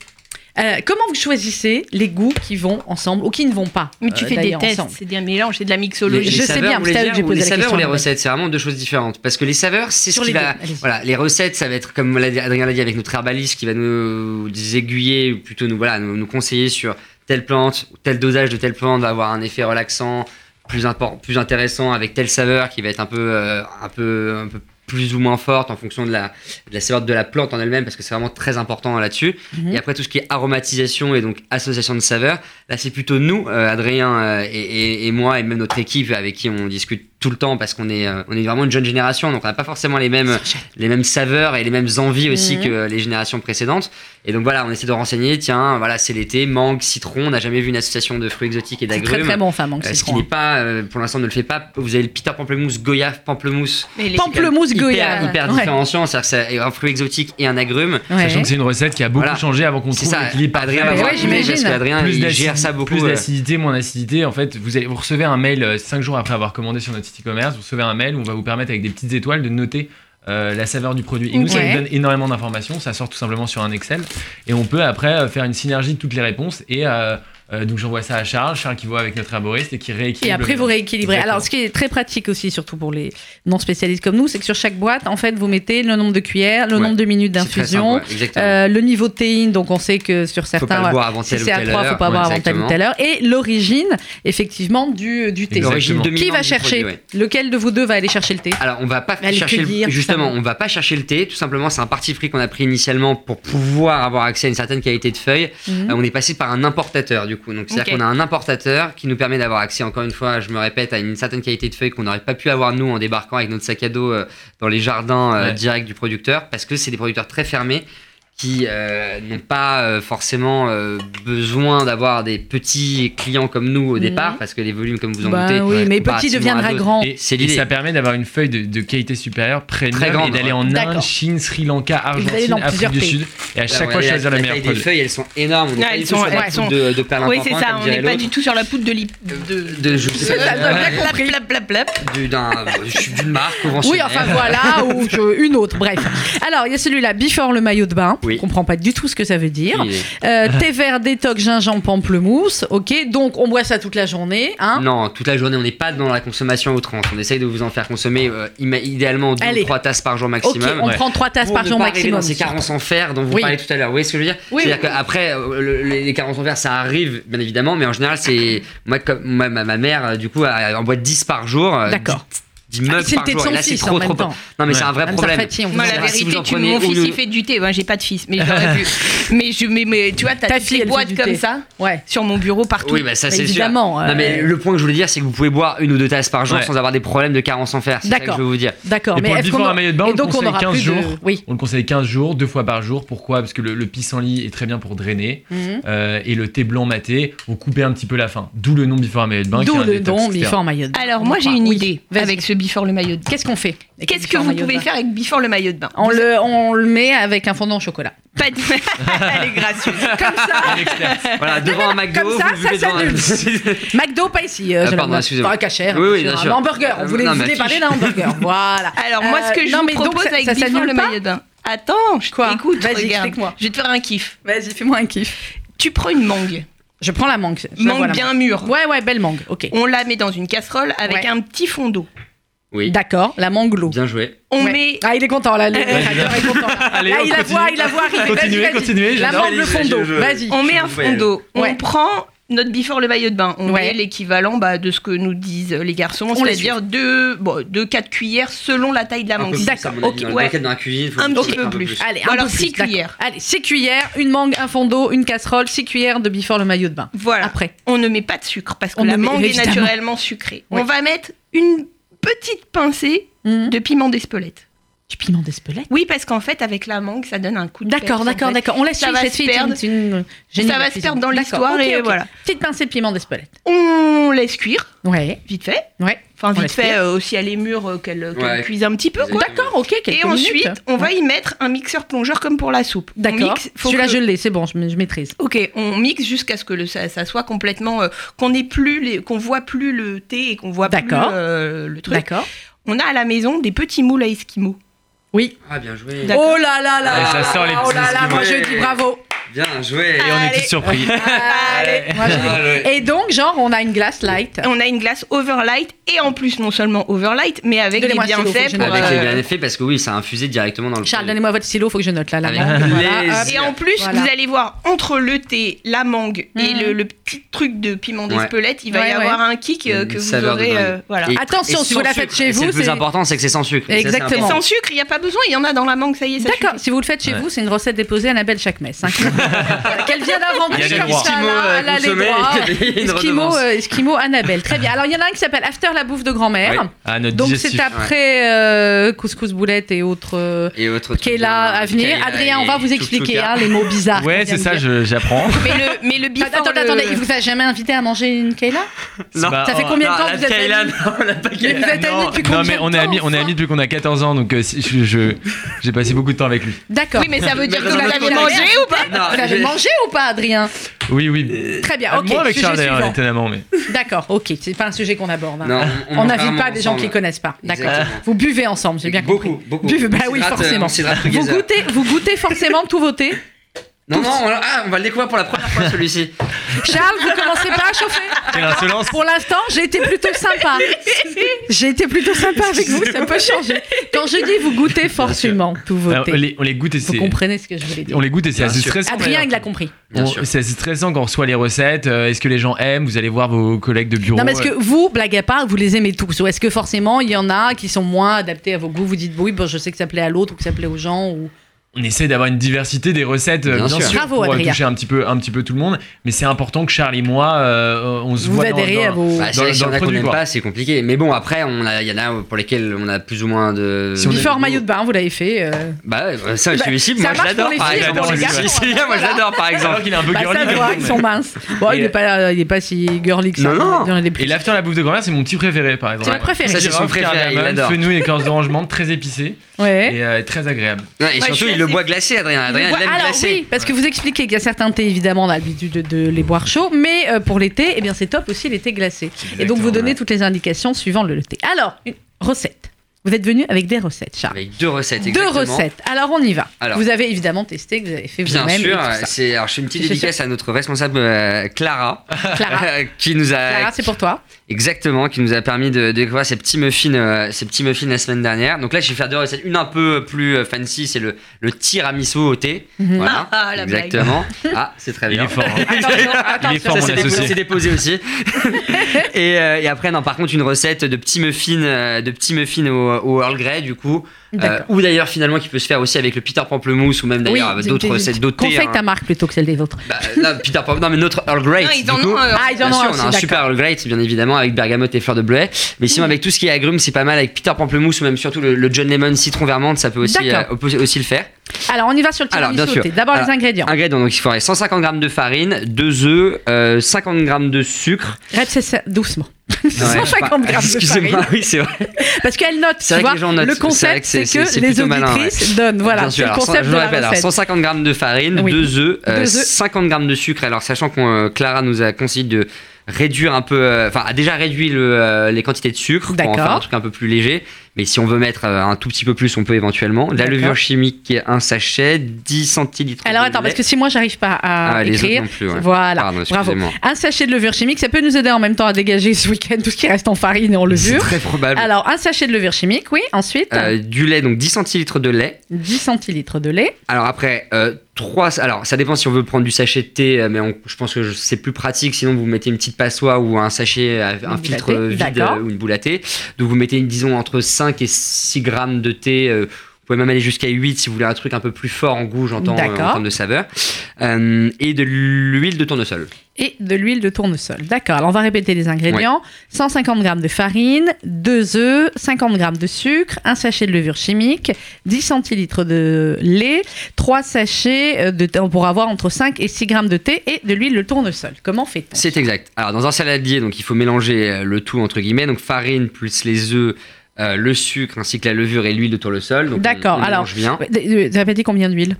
Euh, comment vous choisissez les goûts qui vont ensemble ou qui ne vont pas Mais tu euh, fais des d'ailleurs, tests, ensemble. c'est des mélanges, c'est de la Les- mixologie. les je sais bien, saveurs, vous voulez c'est à eux dire, que j'ai ou posé les la saveurs question, ou les en fait. recettes, c'est vraiment deux choses différentes. Parce que les saveurs, c'est ce Sur qui les va. deux, allez-y. Voilà, les recettes, ça va être comme l'a dit Adrien l'a dit avec notre herbaliste qui va nous aiguiller, ou plutôt nous, voilà, nous, nous conseiller sur telle plante, ou tel dosage de telle plante va avoir un effet relaxant, plus, impor- plus intéressant, avec telle saveur qui va être un peu, euh, un peu, un peu plus ou moins forte en fonction de la, de la saveur de la plante en elle-même, parce que c'est vraiment très important là-dessus. Mhm. Et après, tout ce qui est aromatisation et donc association de saveurs, là, c'est plutôt nous, euh, Adrien euh, et, et- et moi, et même notre équipe avec qui on discute tout le temps, parce qu'on est, euh, on est vraiment une jeune génération, donc on n'a pas forcément les mêmes, les mêmes saveurs et les mêmes envies aussi Mhm. que les générations précédentes. Et donc voilà, on essaie de renseigner, tiens, voilà, c'est l'été, mangue, citron, on n'a jamais vu une association de fruits exotiques et C'est très d'agrumes. très bon enfin mangue Euh, ce qui citron. n'est pas, euh, pour l'instant, ne le fait pas. Vous avez le Peter Pamplemousse, Goya Pamplemousse. Mais les- Pamplemousse hyper, goya. Hyper Ouais. différenciant, c'est-à-dire que c'est un fruit exotique et un agrume. Ouais. Sachant que c'est une recette qui a beaucoup Voilà. changé avant qu'on C'est trouve ça, l'équilibre parfait. Adrien va Ouais, voir, j'imagine. parce qu'Adrien, plus il d'acidité, gère ça beaucoup. plus euh, d'acidité, moins d'acidité. En fait, vous, allez, vous recevez un mail 5 jours après avoir commandé sur notre site e-commerce. Vous recevez un mail où on va vous permettre avec des petites étoiles de noter euh, la saveur du produit. Et nous, ça Ouais. nous donne énormément d'informations. Ça sort tout simplement sur un Excel et on peut après euh, faire une synergie de toutes les réponses et euh, Euh, donc j'envoie ça à Charles, Charles qui voit avec notre arboriste et qui rééquilibre. Et après, le- hein. vous rééquilibrez. Exactement. Alors, ce qui est très pratique aussi, surtout pour les non spécialistes comme nous, c'est que sur chaque boîte, en fait, vous mettez le nombre de cuillères, le Ouais. nombre de minutes C'est très d'infusion, simple, ouais, exactement. euh, le niveau de théine. Donc, on sait que sur faut pas certains, le boire avant si telle ou c'est à telle 3, heure. faut pas Ouais, boire avant telle ou exactement. telle heure. Et l'origine, effectivement, du, euh, du thé. L'origine L'origine Qui dominante va du chercher produit, ouais. Lequel de vous deux va aller chercher le thé Alors on va pas Aller chercher cueillir, le, justement, tout ça. on va pas chercher le thé. Tout simplement, c'est un parti pris qu'on a pris initialement pour pouvoir avoir accès à une certaine qualité de feuilles. Mhm. Euh, on est passé par un importateur du coup. Donc c'est-à-dire Ok. qu'on a un importateur qui nous permet d'avoir accès, encore une fois, je me répète, à une certaine qualité de feuilles qu'on n'aurait pas pu avoir nous en débarquant avec notre sac à dos euh, dans les jardins euh, Ouais. directs du producteur, parce que c'est des producteurs très fermés qui euh, n'ont pas euh, forcément euh, besoin d'avoir des petits clients comme nous au départ, parce que les volumes, comme vous en Mhm. Bah doutez, oui, mais petit comparativement à deviendra d'autres- grand. Et, C'est et l'idée. ça permet d'avoir une feuille de, de qualité supérieure, premium, Très grande, et d'aller ouais. en Inde, D'accord. Chine, Sri Lanka, allez dans Argentine, plusieurs Afrique du pays. Sud, et à Là, chaque vous fois regardez choisir Bah la, le la meilleur taille des produit. feuilles, elles sont énormes. On est Ouais, pas elles du tout sont- sur la elles coupe sont- de, de perlimpinpin, Oui, c'est ça, comme on dirait n'est pas l'autre. du tout sur la poudre de l'ip- de- de je sais Ça, pas, ça, bien euh, compris. du- d'un- je- d'une marque Oui, conventionnelle. enfin voilà, ou je- une autre, bref. Alors, il y a celui-là, Before le maillot de bain. Oui. On comprend pas du tout ce que ça veut dire. Il est- Euh, thé vert, détox, gingembre, pamplemousse. Ok, donc on boit ça toute la journée. Hein Non, toute la journée, on n'est pas dans la consommation à outrance. On essaye de vous en faire consommer euh, ima- idéalement deux Allez. ou trois tasses par jour ok, maximum. on ouais. prend trois tasses Pour par ne jour pas arriver maximum. Dans ces carences en fer dont vous Oui. parlez tout à l'heure. Vous voyez ce que je veux dire Oui, C'est-à-dire oui. qu'après, euh, le- le- les carences en fer, ça arrive, bien évidemment, mais en général, c'est. Moi, comme, moi, ma, ma mère, euh, du coup, elle en boîte 10 par jour. euh, D'accord. Ah, 10, 10 meufs C'est le par thé de jour. Et son là, c'est fils trop, en même trop. Non, temps. mais Ouais. c'est un vrai Madame problème. Sarfati, on vous Moi, embrasse. la Alors, si vérité, vous en tu- prenez mon fils, une- il fait du thé. Moi, j'ai pas de fils, mais j'aurais pu. Mais, je, mais, mais tu vois, t'as Ta toutes fille, ces elle boîtes fait du comme thé. ça Ouais. sur mon bureau partout. Oui, bah ça Bah, c'est sûr. évidemment, euh, Non, mais le point que je voulais dire, c'est que vous pouvez boire une ou deux tasses par jour Ouais. sans avoir des problèmes de carence en fer. C'est ça que D'accord. je veux vous dire. D'accord. Et pour le est-ce before qu'on a- un maillot de bain, et on donc on conseille aura 15 plus de- jours. Oui. On le conseille 15 jours, deux fois par jour. Pourquoi Parce que le, le pissenlit est très bien pour drainer Mhm. euh, et le thé blanc maté, vous coupez un petit peu la faim. D'où le nom Before un maillot de bain. qui est D'où un le détox, don etc. Before maillot de bain. Alors, moi, j'ai Enfin, une oui. idée Vas-y. avec ce before le maillot de bain. Qu'est-ce qu'on fait avec Qu'est-ce que Before vous maillot de pouvez bain faire avec before le maillot de bain on le, on le met avec un fondant au chocolat. Pas de... Elle est gracieuse. Comme ça, Un expert. Voilà, devant un McDo, comme ça, vous buvez ça dans un- McDo, pas ici. euh, Ah, je le- pardon, excusez-moi. Pas cachère. Oui, oui, bien sûr. Un hamburger. On Euh, voulait, non, vous mais voulez parler affiche. d'un hamburger. Voilà. Alors, moi, Euh, ce que je non, vous mais donc, propose ça- avec ça before s'annule le pas maillot de bain. Attends, je Quoi écoute, Vas-y, regarde. explique-moi. Je vais te faire un kiff. Vas-y, fais-moi un kiff. Tu prends une mangue. Je prends la mangue. Je la vois, Mangue la bien mûre. mangue. Ouais, ouais, belle mangue. Ok. On la met dans une casserole avec Ouais. un petit fond d'eau. Oui, D'accord, la mangue l'eau. bien joué. On Ouais. met Ah, il est content là. Le Ouais, tracteur est content. Allez, là, on il la continue. voit, il la voit arriver. Vas-y, Continuez, vas-y. continuez, La j'adore. mangue, le fond d'eau. Je- je- Vas-y. On met un Nouvelle. fond d'eau. Ouais. On prend notre before le maillot de bain. On Ouais. met l'équivalent bah, de ce que nous disent les garçons, On les c'est-à-dire deux, bon, deux, quatre cuillères selon la taille de la Un peu mangue. plus, D'accord, à mon avis, ok, Dans le ouais. bucket dans la cuisine, faut Un vous petit peu mettre plus. Allez, Ou un alors peu six plus, d'accord. cuillères. Allez, 6 cuillères, une mangue, un fond d'eau, une casserole, 6 cuillères de before le maillot de bain. Voilà. Après. On ne met pas de sucre parce que On la ne met- mangue est évidemment. naturellement sucrée. Ouais. On va mettre une petite pincée Mhm. de piment d'Espelette. Du piment d'Espelette. Oui, parce qu'en fait, avec la mangue, ça donne un coup de D'accord, peps, en d'accord, fait. d'accord. On laisse Ça va se perdre. Ça va se perdre dans l'histoire et voilà. Petite pincée de piment d'Espelette. On laisse cuire, Ouais, vite fait. ouais. Enfin, On vite laisse fait, cuire. euh, aussi à les mûres euh, qu'elle qu'elle Ouais. cuise un petit peu, quoi. D'accord, ok, quelques Et ensuite, minutes. on va y mettre un mixeur plongeur comme pour la soupe. On D'accord. mixe, faut Celui-là, que- je l'ai, c'est bon, je, ma- je maîtrise. Ok, on mixe jusqu'à ce que le, ça, ça soit complètement euh, qu'on ait plus les, qu'on voit plus le thé et qu'on voit plus D'accord. euh, le truc. D'accord. On a à la maison des petits moules à esquimaux. Oui. Ah, bien joué. D'accord. Oh là là là Allez, là ça là sort les là, Oh petits là là, moi je esquimaux. dis bravo. Bien joué. Et on est Allez. tous surpris. Allez. Moi, je dis- Bien joué. Et donc, genre, on a une glace light. On a une glace overlight et en plus non seulement overlight mais avec des Donnez-moi un stylo, faut que bienfaits je pour, note. Avec les euh, bien effets, parce que oui, ça a infusé directement dans le. Charles, produit. donnez-moi votre stylo, faut que je note là. la Avec mangue, voilà, hop. plaisir. Et en plus, Voilà. vous allez voir entre le thé, la mangue et Mhm. le, le petit truc de piment Ouais. d'Espelette, il va Ouais, y ouais. avoir un kick euh, Une que vous saveur de aurez. dingue. euh, voilà. Et- Attention, et si sans vous la faites sucre. chez Et vous, Le plus c'est- important, c'est que c'est sans sucre. Et ça, c'est Exactement. important. Sans sucre, il n'y a pas besoin. Il y en a dans la mangue, ça y est, ça D'accord, suffit. si vous le faites chez Ouais. vous, c'est une recette déposée à la belle chaque messe. hein. Voilà, Qu'elle vient d'inventer Il y a des comme droits. ça, Esquimaux, là, euh, elle a les consommés, droits. il y a une Esquimaux, redevance. euh, Esquimaux Annabelle. Très bien. Alors, il y en a un qui s'appelle After la bouffe de grand-mère. Ouais. Ah, notre Donc, digestif. c'est après euh, couscous boulette et autres euh, Et autre qui est là à venir. Adrien, on va vous expliquer hein, les mots bizarres. qu'on Ouais, vient c'est de ça, dire. je- j'apprends. Mais le, mais le before Attends, attendez, le- attendez, il vous a jamais invité à manger une Kayla Non. Bah, Ça fait oh, combien de temps que vous êtes amis Mais vous êtes amis Non, depuis non, combien mais de on est temps, amis, on est enfin amis depuis qu'on a 14 ans, donc euh, si- je je- j'ai passé beaucoup de temps avec lui. D'accord. Oui, mais ça veut dire que Mais vous dans l'avez notre mangé ou pas Vous l'avez mangé ou pas, Adrien Oui, oui. Ah, Très bien, ok. Moi avec sujet Charles d'ailleurs, suivant. étonnamment, mais D'accord, ok. C'est pas un sujet qu'on aborde. hein. Non, On n'invite pas des gens qui connaissent pas. D'accord. Exactement. Vous buvez ensemble, j'ai bien compris. Beaucoup, beaucoup. Buvez- bah oui, On s'hydrate, euh, forcément. on s'hydrate tous les Vous heures. goûtez, vous goûtez forcément tous vos thés Non, non, on, ah, on va le découvrir pour la première fois celui-ci. Charles, vous commencez pas à chauffer. Quelle insolence Ah, Pour l'instant, j'ai été plutôt sympa. J'ai été plutôt sympa avec vous, ça peut changer. Quand je dis vous goûtez forcément, tout Alors, voter. on les- on les goûte et Vous c'est. comprenez ce que je voulais dire. On les goûte et c'est Bien assez sûr. stressant. Adrien, il l'a compris. Bien On- sûr. C'est assez stressant quand on reçoit les recettes. euh, Est-ce que les gens aiment Vous allez voir vos collègues de bureau. Non, mais est-ce que vous, blague à part, vous les aimez tous Ou est-ce que forcément, il y en a qui sont moins adaptés à vos goûts Vous dites, oui, bon, je sais que ça plaît à l'autre ou que ça plaît aux gens ou... euh, On essaie d'avoir une diversité des recettes, euh, Bien bien, sûr. sûr, Bravo, pour euh, Adrien. toucher un petit peu, un petit peu tout le monde. Mais c'est important que Charles et moi, euh, on se Vous voit dans, adhérez dans- à vos. Bah, c'est vrai que dans s'il y en le a qu'on produit, n'aime quoi. pas, c'est compliqué. Mais bon, après, on a- il y en a pour lesquels on a plus ou moins de. Si on a- Before maillot de bain, vous l'avez fait. euh. Bah, ouais, ça, celui-ci, ça moi marche je pour l'adore les par filles, exemple. pour les Celui-ci, garçons, celui-là, moi je voilà. l'adore par Alors exemple. qu'il est un peu Bah, girly. ça mais doit, bon. ils sont minces. Bon, Et- il n'est pas, il est pas si girly que ça. hein, Non, non. Il y en a des plus. Et l'after la bouffe de grand-mère, c'est mon petit préféré, par C'est exemple. votre préféré. Ça, c'est son Girofle, préféré, cardamome, il adore. Fenouil et corce d'orange menthe, très épicé Ouais. et euh, très agréable. Non, et je surtout, suis il le assez- boit glacé, Adrien. Adrien, il Voilà, l'aime Alors glacé. oui, parce que vous expliquez qu'il y a certains thés, évidemment, on a l'habitude de, de les boire chauds, mais euh, pour l'été, eh bien c'est top aussi les thés glacés. Et donc vous donnez toutes les indications suivant le thé. Alors, une recette. Vous êtes venu avec des recettes, Charles. Avec deux recettes, Deux exactement. recettes. Alors on y va. Alors. vous avez évidemment testé, que vous avez fait Bien vous-même. et sûr, tout ça. c'est alors je fais une petite Je suis dédicace à notre responsable euh, Clara, Clara, qui nous a Clara c'est pour toi. exactement, qui nous a permis de, de découvrir ces petits muffins, euh, ces petits muffins la semaine dernière. Donc là, je vais faire deux recettes, une un peu plus euh, fancy, c'est le, le tiramisu au thé. Mhm. Voilà, Ah, ah, la blague. exactement. Ah, c'est très Il bien. est fort. hein. Attention, attention. fort, Ça, mon c'est déposé, associé. c'est déposé aussi. et, euh, et après, non, par contre, une recette de petits muffins, euh, de petits muffins au, au Earl Grey, du coup. Euh, D'accord. ou d'ailleurs, finalement, qui peut se faire aussi avec le Peter Pamplemousse ou même d'ailleurs Oui, avec d'autres t'es- recettes d'autres Qu'on thés. fait que hein. ta marque plutôt que celle des autres. Bah, non, Peter Pan- non, mais notre Earl Grey. Non, du ils en coup. ont. euh, Ah, ils en Bien ont sûr, aussi, d'accord. on a un Mhm. super Earl Grey, bien évidemment, avec bergamote et fleurs de bleuet. Mais sinon, avec tout ce qui est agrumes, c'est pas mal. Avec Peter Pamplemousse ou même surtout le, le John Lemon citron vermante, ça peut aussi, euh, D'accord. on peut aussi le faire. Alors on y va sur le Alors, tiramisu. bien sûr. Ah. au thé. D'abord les Alors, ingrédients. Ingrédients, donc il faudrait 150 grammes de farine, 2 œufs, euh, 50 grammes de sucre. Rêve, c'est ça, doucement. Ah. Ouais, je 150 sais pas. grammes de Excusez-moi, farine. oui, c'est vrai. Parce qu'elle note, tu C'est vrai que vois, les gens notent. le C'est vrai concept, que c'est c'est- que, c'est les plutôt malin, auditrices donnent. Voilà, Bien c'est sûr. le Alors, cent- concept je de le la répète, alors, recette. 150 grammes de farine, Oui. 2 œufs, euh, Deux œufs. 50 grammes de sucre. Alors, sachant qu'on euh, Clara nous a conseillé de réduire un peu, euh, enfin, a déjà réduit le, euh, les quantités de sucre pour en D'accord. faire un truc un peu plus léger. Mais si on veut mettre euh, un tout petit peu plus, on peut éventuellement. De la D'accord. levure chimique, un sachet, 10 centilitres. Alors de attends, lait. parce que si moi j'arrive pas à Ah, les autres écrire, non plus. ouais. Ah. voilà, Pardon, bravo. excusez-moi. Un sachet de levure chimique, ça peut nous aider en même temps à dégager ce week-end tout ce qui reste en farine et en C'est levure. très probable. Alors un sachet de levure chimique, oui. Ensuite, Euh, du lait, donc 10 centilitres de lait. 10 centilitres de lait. Alors après, euh, trois. Alors ça dépend si on veut prendre du sachet de thé, euh, mais on- je pense que je- c'est plus pratique. Sinon, vous mettez une petite passoire ou un sachet, à- Une un boule à filtre thé, euh, vide d'accord. euh, ou une boule à thé. Donc vous mettez, disons, entre 5 et 6 grammes de thé. euh, vous pouvez même aller jusqu'à 8 si vous voulez un truc un peu plus fort en goût, j'entends, euh, en D'accord. termes de saveur. Euh, et de l'huile de tournesol. Et de l'huile de tournesol. D'accord, alors on va répéter les ingrédients. 150 g de farine, 2 œufs, 50 g de sucre, un sachet de levure chimique, 10 centilitres de lait, 3 sachets euh, de thé, pour avoir entre 5 et 6 g de thé et de l'huile de tournesol. Comment fait-on C'est exact. Alors dans un saladier, donc il faut mélanger euh, le tout entre guillemets, donc farine plus les œufs, euh, le sucre ainsi que la levure et l'huile de tournesol. Donc, on- D'accord, on alors- mélange bien. Ouais, d- euh, T'avais dit combien d'huile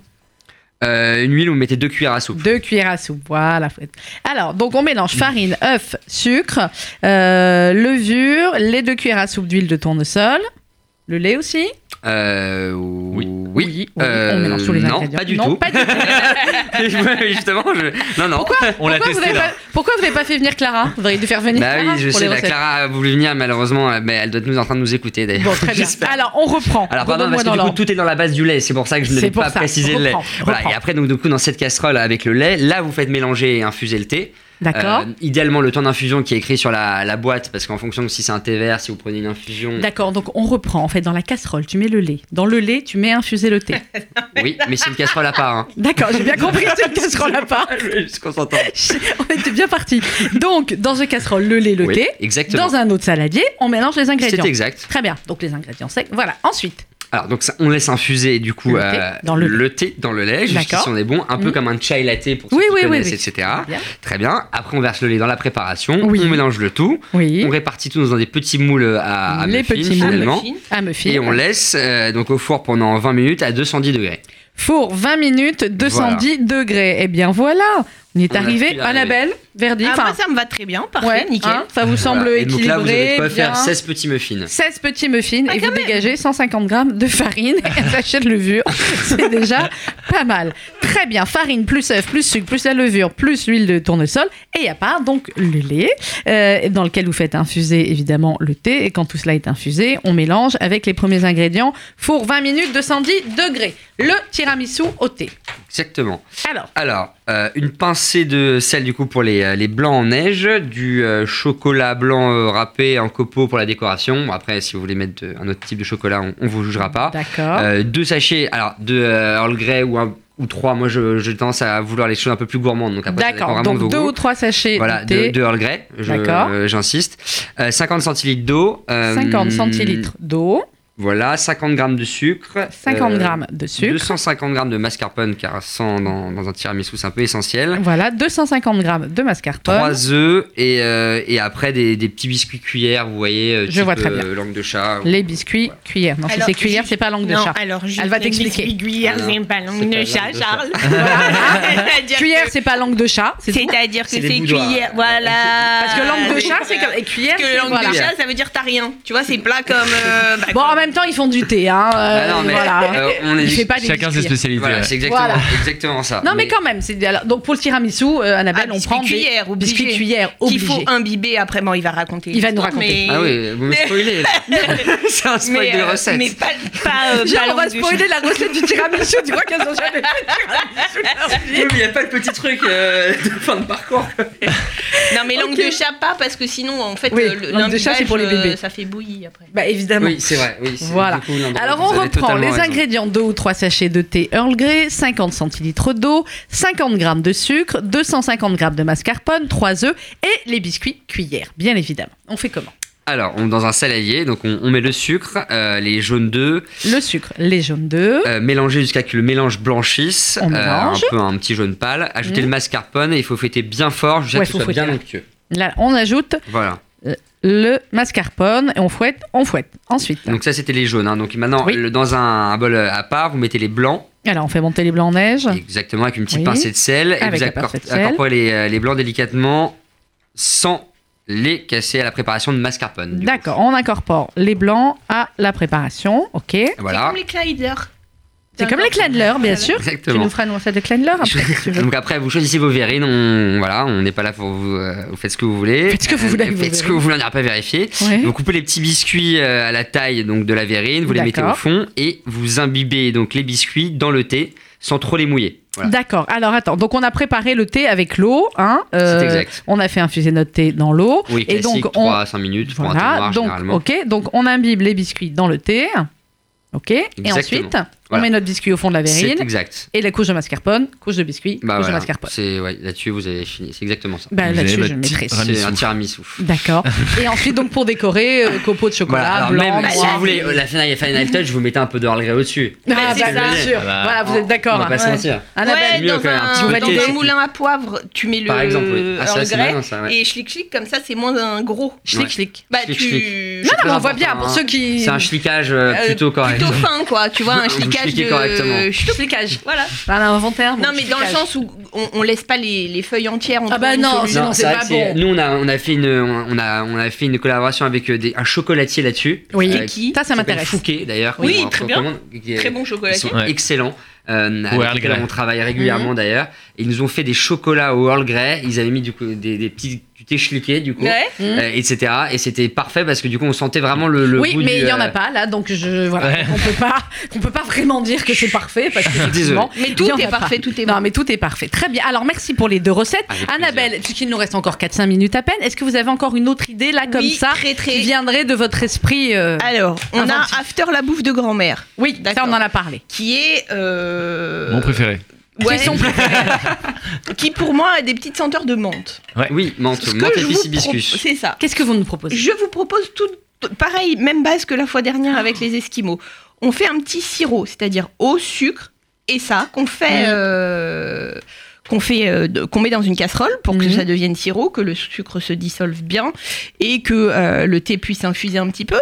Euh, une huile, vous mettez deux cuillères à soupe. Deux cuillères à soupe, voilà. faut être- Alors, donc on mélange farine, œuf, sucre, euh, levure, les deux cuillères à soupe d'huile de tournesol, le lait aussi Euh, oui. on mélange tous les Euh, non, ingrédients. Pas du Non, tout. pas du tout. Justement, je... non, non. On Pourquoi l'a vous testé n'avez là. pas, pourquoi vous n'avez pas fait venir Clara Vous auriez dû faire venir bah Clara oui, je pour sais, les la recettes. Clara a voulu venir, malheureusement, euh, mais elle doit être nous en train de nous écouter d'ailleurs. Bon, très bien. J'espère. Alors, on reprend. Alors pardon, Redonne-moi parce que dans du coup, l'ordre. tout est dans la base du lait, c'est pour ça que je ne C'est l'ai pour pas ça. précisé le lait. Reprends, Voilà, reprends. et après, donc, du coup, dans cette casserole avec le lait, là, vous faites mélanger et infuser le thé. D'accord. Euh, idéalement, le temps d'infusion qui est écrit sur la, la boîte, parce qu'en fonction de si c'est un thé vert, si vous prenez une infusion. D'accord, donc on reprend. En fait, dans la casserole, tu mets le lait. Dans le lait, tu mets infusé le thé. Oui, mais c'est une casserole à part. Hein. D'accord, j'ai bien compris, c'est une casserole à part. Je veux juste qu'on s'entende. On était bien parti. Donc, dans une casserole, le lait, le Oui, thé. Exactement. Dans un autre saladier, on mélange les C'est ingrédients. exact. Très bien. Donc, les ingrédients secs. Voilà. Ensuite, Alors donc ça, on laisse infuser du coup Le thé euh, dans le lait. thé dans le lait jusqu'ici D'accord. on est bon un peu Mhm. comme un chai latte pour ceux Oui, qui oui, oui, connaissent oui. etc Bien. très bien après on verse le lait dans la préparation Oui. on mélange le tout oui, on répartit tout dans des petits moules euh, à, à Les muffins, petits moules. finalement muffins. à me filer. et on laisse euh, donc au four pendant 20 minutes à 210 degrés Four 20 minutes, 210 degrés. Eh bien voilà, On est On a arrivé, pu arriver. Annabelle, verdict. Ah, enfin, moi, ça me va très bien, parfait, ouais, nickel. hein, ça vous semble Voilà. Et donc équilibré. là, vous avez de quoi bien. faire 16 petits muffins. 16 petits muffins Ah, et vous dégagez 150 grammes de farine et un sachet de levure. C'est déjà pas mal. Très bien. Farine plus œuf plus sucre plus la levure plus l'huile de tournesol et à part donc le lait euh, dans lequel vous faites infuser évidemment le thé et quand tout cela est infusé, on mélange avec les premiers ingrédients. Four 20 minutes 210 degrés. Le tiramisu au thé. Exactement. Alors, Alors, euh, une pincée de sel du coup pour les, euh, les blancs en neige, du euh, chocolat blanc euh, râpé en copeaux pour la décoration. Bon, après, si vous voulez mettre de- un autre type de chocolat, on, on vous jugera pas. d'accord. Euh, deux sachets, alors deux euh, Earl Grey ou un ou trois. Moi, je, j'ai tendance à vouloir les choses un peu plus gourmandes. Donc après, ça dépend D'accord. vraiment de vos Donc deux goûts. ou trois sachets Voilà, de de, thé. de Earl Grey, je- D'accord. euh, j'insiste. Euh, 50 centilitres d'eau. euh, 50 centilitres d'eau, Voilà, 50 grammes de sucre. 50 euh, grammes de sucre, 250 grammes de mascarpone, car 100 dans, dans un tiramisu, c'est un peu essentiel. Voilà, 250 grammes de mascarpone. 3 œufs et, euh, et après des, des petits biscuits cuillères, vous voyez, euh, Je type, vois très bien. euh, langue de chat. Les biscuits cuillères. Non, si Alors, c'est cuillère, Julie- c'est pas langue de non, chat. alors je Elle va t'expliquer. Cuillère, Non, c'est pas c'est langue pas de langue chat, de Charles. Cuillère, c'est pas langue de chat. C'est tout. C'est-à-dire que C'est les c'est boudoirs. cuillère, voilà. Parce que langue de chat, c'est comme. Parce Et cuillère, Ah, que c'est langue voilà. de chat, ça veut dire t'as rien. Tu vois, c'est plat comme. euh, bah, Bon, en même temps, ils font du thé. Hein, euh, Ah non, mais, voilà. euh, on Il est fait pas des Chacun ses biscuits. spécialités. Voilà, ouais. c'est exactement, Voilà. exactement ça. Non, mais quand même. c'est- alors, donc, pour le tiramisu, euh, Annabelle, Ah, on biscuits prend des cuillères, obligé. biscuits cuillères Qu'il obligés. faut imbiber après, bon, il va raconter. Il va nous l'histoire, raconter. mais- Ah oui, vous me spoilez. là. c'est un spoil mais, de euh, recette. mais pas, pas, euh, Genre, pas on va langue de spoiler la recette du tiramisu. Tu vois qu'elles ont jamais Oui, mais il n'y a pas de petit truc euh, de fin de parcours. chat. Non, mais langue Ok. de chat, pas parce que sinon, en fait, Oui, euh, le- langue de chat, c'est pour les l'imbibage, bébés. euh, Ça fait bouillir après. Bah, évidemment. Oui, c'est vrai. Oui, c'est- Voilà. du coup, l'endroit, Alors vous on avez reprend les totalement raison. ingrédients 2 ou 3 sachets de thé Earl Grey, 50 centilitres d'eau, 50 g de sucre, 250 g de mascarpone, 3 œufs et les biscuits cuillères, bien évidemment. On fait comment Alors, on, dans un saladier, donc on, on met le sucre, euh, les jaunes d'œufs, Le sucre, les jaunes d'œufs, euh, mélanger jusqu'à ce que le mélange blanchisse, On euh, mélange. un peu un petit jaune pâle. Ajouter Mm. le mascarpone et il faut fêter bien fort jusqu'à Ouais, ce faut que ce soit fouetter, bien là. onctueux. là on ajoute Voilà. le mascarpone et on fouette, on fouette. Ensuite, Donc ça, c'était les jaunes. hein. Donc maintenant, Oui. le- dans un, un bol euh, à part, vous mettez les blancs, alors on fait monter les blancs en neige. exactement avec une petite Oui. pincée de sel, et Avec vous la accor- pincée de sel. incorporez les, euh, les blancs délicatement sans les casser à la préparation de mascarpone. du coup. D'accord, on incorpore les blancs à la préparation, ok. Voilà. C'est comme les Clyders. C'est comme les Clandler, bien sûr. Tu Exactement. nous feras une recette de Clandler après, si tu veux. Donc après, vous choisissez vos verrines. On, voilà, on n'est pas là pour vous. euh, vous faites ce que vous voulez. Euh, Faites ce que vous voulez avec vos Faites ce que verrines. vous voulez. On n'ira pas vérifier. Ouais. Vous coupez les petits biscuits euh, à la taille donc de la verrine. Vous les mettez au D'accord. fond et vous imbibez donc les biscuits dans le thé sans trop les mouiller. Voilà. D'accord. Alors attends, donc on a préparé le thé avec l'eau, hein euh, C'est exact. On a fait infuser notre thé dans l'eau. Oui, et classique. donc on 3 à 5 minutes pour un thé voilà, noir donc généralement. ok, donc on imbibe les biscuits dans le thé, ok, et Exactement. ensuite on Voilà. met notre biscuit au fond de la C'est verrine exact. et la couche de mascarpone, couche de biscuit, Bah couche voilà. de mascarpone. C'est ouais, là-dessus vous avez fini. C'est exactement ça. Bah, Vous là-dessus avez je votre petit maîtrise. tiramisu. C'est un tiramisu. D'accord. et ensuite donc pour décorer euh, copeaux de Voilà, chocolat alors blanc, même si noir. vous voulez euh, la final, final touch, vous mettez un peu de Earl Grey au-dessus. Ah, Ouais, bah, c'est ça. bien sûr. Ah bah, Voilà, vous êtes On d'accord. va hein. pas se ouais. mentir. Annabelle, ouais, mieux dans, quand même, un petit un, peu dans de un thé. moulin à poivre, tu mets le Par exemple, oui. Ah, ça, Earl c'est Grey, malin, ça, ouais. et schlick schlick comme ça, c'est moins un gros. Schlick, Ouais. schlick. Bah Schlick, tu schlick. Non, non, mais on Très voit bien important, pour hein. ceux qui. C'est un schlicage euh, Euh, plutôt correct. plutôt fin quoi, tu vois, un Vous schlickage schlickez de correctement. schlickage, voilà. On a inventé un mot, Non mais dans le schlickage. sens où on, on laisse pas les, les feuilles entières. on Ah bah trouve une non, solution. sinon, c'est vrai pas que c'est- bon. Nous on a on a fait une on a on a fait une collaboration avec euh, des- un chocolatier là-dessus. Oui. Euh, qui Ça, ça s'appelle m'intéresse. Fouquet d'ailleurs. Oui, qu'on très bien. recommande, qui est- Très bon Ils chocolatier. sont Ouais. excellents. Euh, Au avec Earl lesquels Grey. on travaille régulièrement Mhm. d'ailleurs. Et Ils nous ont fait des chocolats au Earl Grey. Ils avaient mis du coup des, des petits du thé schliqué du coup, Ouais. euh, etc. Et c'était parfait parce que du coup on sentait vraiment le, le oui, goût mais du, il y en euh, a pas là, donc je voilà, Ouais. on peut pas, on peut pas vraiment dire que c'est parfait parce que effectivement, Mais tout il y en est a pas. parfait, tout est Non, bon. mais tout est parfait. Très bien. Alors merci pour les deux recettes, Avec plaisir. Annabelle. Puisqu'il nous reste encore 4-5 minutes à peine, est-ce que vous avez encore une autre idée là comme Oui, ça très très. qui viendrait de votre esprit euh, Alors, on a Inventif. After la bouffe de grand-mère, Oui, ça d'accord. on en a parlé. qui est euh, Mon préféré. ouais, C'est son préféré. qui pour moi a des petites senteurs de menthe. Oui, menthe, Ce que menthe je vous épicée propo- biscuit. C'est ça. Qu'est-ce que vous nous proposez Je vous propose tout pareil, même base que la fois dernière avec les Esquimaux. On fait un petit sirop, c'est-à-dire eau, sucre et ça qu'on fait, Mhm. euh, qu'on fait, euh, de- qu'on met dans une casserole pour que Mhm. ça devienne sirop, que le sucre se dissolve bien et que euh, le thé puisse infuser un petit peu.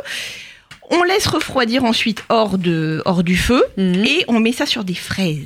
On laisse refroidir ensuite hors de hors du feu Mhm. et on met ça sur des fraises.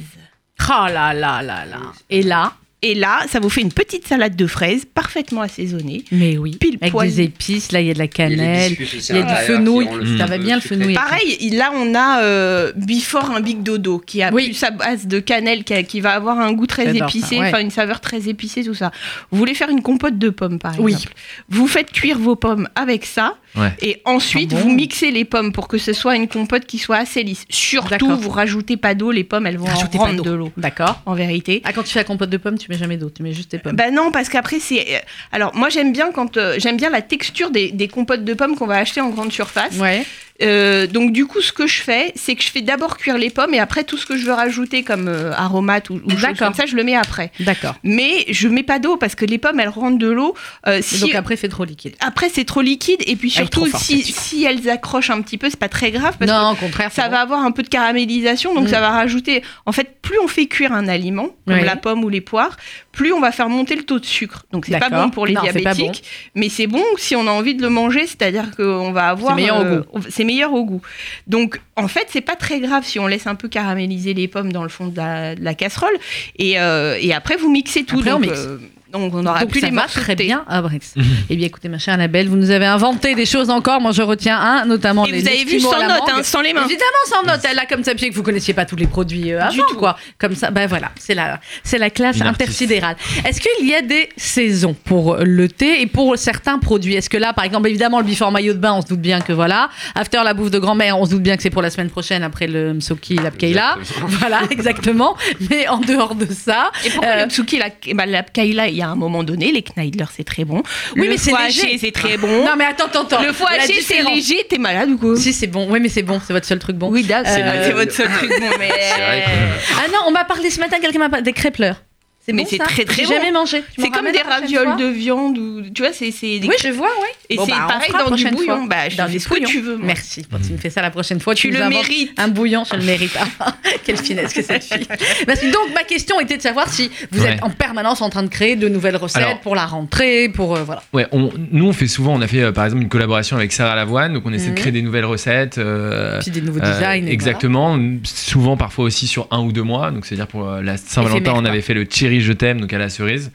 Oh là là là là. Et là, Et là, ça vous fait une petite salade de fraises parfaitement assaisonnée. Mais oui. Pile Avec poil. des épices, là, il y a de la cannelle. Il il y a du fenouil. Ça va bien, le fenouil. Pareil, il- là on a euh, Before un Big Dodo qui a Oui. plus sa base de cannelle, qui, a- qui va avoir un goût très J'adore ça, épicé, ouais. enfin une saveur très épicée, tout ça. Vous voulez faire une compote de pommes par Oui. exemple. Vous faites cuire vos pommes avec ça Ouais. et ensuite Ah bon vous mixez les pommes pour que ce soit une compote qui soit assez lisse. Surtout, D'accord. vous rajoutez pas d'eau, les pommes elles vont Rajoutez en pas rendre d'eau. de l'eau Oh, D'accord. en vérité. Ah, quand tu fais la compote de pommes, tu mets jamais d'eau, tu mets juste tes pommes. Bah non, parce qu'après c'est. Alors moi j'aime bien quand euh, j'aime bien la texture des, des compotes de pommes qu'on va acheter en grande surface. ouais. Euh, donc du coup, ce que je fais, c'est que je fais d'abord cuire les pommes et après tout ce que je veux rajouter comme euh, aromate ou, ou choses D'accord. comme ça, je le mets après. D'accord. Mais je mets pas d'eau parce que les pommes, elles rentrent de l'eau. Euh, Et si Donc après, fait trop liquide. après, c'est trop liquide et puis Elle est surtout, trop forte, si, là-dessus. si elles accrochent un petit peu, c'est pas très grave parce non, au contraire, que ça va avoir un peu de caramélisation, donc Mm. ça va rajouter. En fait, plus on fait cuire un aliment comme Oui. la pomme ou les poires, plus on va faire monter le taux de sucre. Donc c'est pas D'accord. bon pour les Non, c'est pas diabétiques, mais c'est bon si on a envie de le manger, c'est-à-dire qu'on va avoir euh, C'est meilleur au c'est meilleur au goût. Donc en fait, c'est pas très grave si on laisse un peu caraméliser les pommes dans le fond de la, de la casserole et, euh, et après vous mixez tout. Après, on donc, mixe. euh, donc on aura Donc plus ça les va morceaux de très thé. bien à Brest. eh bien, écoutez, ma chère Annabelle, vous nous avez inventé des choses encore. Moi, je retiens un, notamment Et les vous avez vu Eskimos à sans la note, mangue. hein, sans les mains. Évidemment, sans note, elle a comme ça, puisque vous connaissiez pas tous les produits euh, avant, Du tout. quoi. Comme ça, ben voilà, c'est la, c'est la classe Une artiste. intersidérale. Est-ce qu'il y a des saisons pour le thé et pour certains produits Est-ce que là, par exemple, évidemment, le before maillot de bain, on se doute bien que voilà. After la bouffe de grand-mère, on se doute bien que c'est pour la semaine prochaine après le msoki et la pkeila. Voilà, exactement. Mais en dehors de ça, Et pourquoi Euh, le tsuki, la, bah, la kaila, il y a un moment donné, les kneidler, c'est très bon. Oui, le mais c'est foie léger. haché, c'est très bon. non mais attends, attends, attends. le foie La haché, c'est différence- léger, t'es malade ou quoi Si c'est bon, oui mais c'est bon, c'est votre seul truc bon. Oui, d'accord. C'est Euh, C'est votre seul truc bon, mais. C'est vrai que- Ah non, on m'a parlé ce matin, quelqu'un m'a parlé des crêpleurs. C'est Mais bon, c'est ça très, très J'ai bon. jamais mangé. Tu C'est m'en comme ramènes des la prochaine ravioles fois de viande ou tu vois c'est c'est des- Oui, je vois, oui. et Bon, c'est bah, on pareil fera la dans du prochaine bouillon fois. bah je Dans fais du ce que bouillon. tu veux moi. Merci. Bon, tu me fais ça la prochaine fois. tu nous le inventes mérites Un bouillon, je le mérite. Ah, Quelle finesse que cette fille. Parce que donc, ma question était de savoir si vous Ouais. êtes en permanence en train de créer de nouvelles recettes Alors- pour la rentrée, pour. euh, voilà. Ouais, on- nous on fait souvent, on a fait euh, par exemple une collaboration avec Sarah Lavoine, donc on essaie Mhm. de créer des nouvelles recettes. euh, Puis des nouveaux euh, designs. et exactement, souvent parfois aussi sur un ou deux mois. Donc c'est-à-dire pour euh, la Saint-Valentin, Éphémère, on quoi. avait fait le cherry je t'aime, donc à la cerise.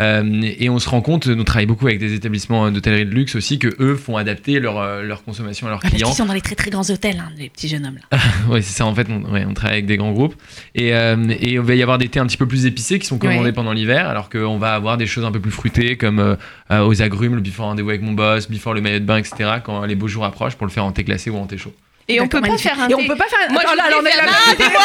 Euh, et on se rend compte, nous on travaille beaucoup avec des établissements d'hôtellerie de luxe aussi, que eux font adapter leur, euh, leur consommation à leurs Voilà. Parce clients. qu'ils sont dans les très très grands hôtels, hein, les petits jeunes hommes là. Ouais, c'est ça. En fait, on, ouais, on travaille avec des grands groupes. Et, euh, et il va y avoir des thés un petit peu plus épicés qui sont commandés Ouais. pendant l'hiver, alors qu'on va avoir des choses un peu plus fruitées, comme euh, euh, aux agrumes, le before rendez-vous avec mon boss, before le maillot de bain, etc. Quand euh, les beaux jours approchent pour le faire en thé glacé ou en thé chaud. et on peut pas faire un Et on peut pas faire. Moi je Oh là, là, on est là- c'est moi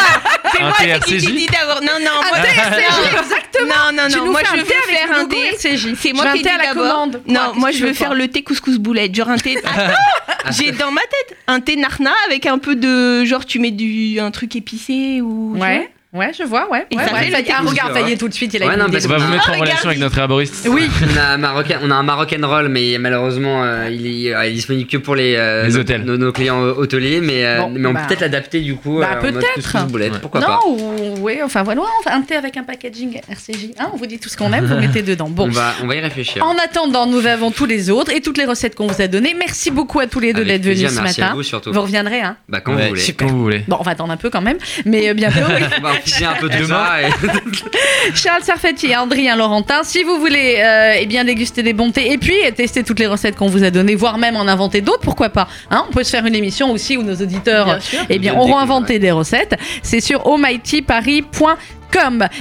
c'est Un moi c'est qui TRCJ. qui dit d'abord non non Ah, moi TRCJ, exactement non Tu non nous non moi fais un je veux thé avec faire le un logo dé RCJ. c'est moi Je veux un qui ai thé dit à la d'abord. commande. Non, moi qu'est-ce je que veux tu faire toi le thé couscous boulette. Genre un thé. Attends, J'ai dans ma tête un thé narna avec un peu de. Genre tu mets du un truc épicé ou. tu vois. Ouais, ouais, je vois, ouais. Et ouais, ça ouais. fait la ah, technique, regarde, ouais. ça y est, tout de suite, il a Ouais, une non, idée. parce On va vous Ah, mettre en regarde, relation avec il- notre herboriste. Oui, On a un marocain, on a un marocain roll, mais malheureusement euh, il, est, euh, il est disponible que pour les, euh, Les nos- hôtels. Nos, nos clients hôteliers, mais, euh, Bon, mais on bah. peut peut-être l'adapter du coup. Bah, euh, en mode peut-être. couscous boulette, Ouais. pourquoi non, pas ou, ouais, enfin voilà, enfin, un thé avec un packaging RCJ. Hein, on vous dit tout ce qu'on aime, vous mettez dedans. Bon. on va, on va y réfléchir. En attendant, nous avons tous les autres et toutes les recettes qu'on vous a données. Merci beaucoup à tous les deux Avec d'être venus plaisir, ce merci à matin. vous surtout. Vous reviendrez, hein Bah, quand Ouais, vous voulez. Quand vous voulez. Bon, on va attendre un peu quand même, mais euh, bientôt. oui. On va enfiler un peu de Demain. ça et- Charles Sarfati et Andrien Laurentin, si vous voulez euh, eh bien déguster des bontés et puis euh, tester toutes les recettes qu'on vous a données, voire même en inventer d'autres, pourquoi pas hein On peut se faire une émission aussi où nos auditeurs Bien sûr. eh bien, De auront découvrir, inventé des recettes. C'est sur almightyparis.com.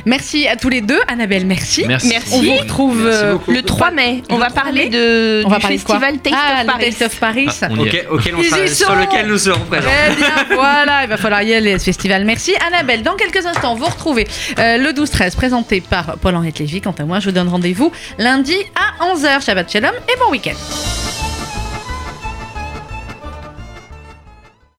Merci à tous les deux. Annabelle, merci. Merci. Merci. On vous retrouve Merci euh, beaucoup. Le 3 mai, on Le va 3 parler mai de, on du va parler de quoi festival Taste Ah, of le Paris. Taste of Paris. Ah, on y est. Ok, auquel on Ils y sera- sont. sur lequel nous serons présents. Très bien, voilà, il va falloir y aller à ce festival. Merci Annabelle. Dans quelques instants, vous retrouvez euh, le 12-13 présenté par Paul-Henri Lévy. Quant à moi, je vous donne rendez-vous lundi à 11h. Shabbat Shalom et bon week-end.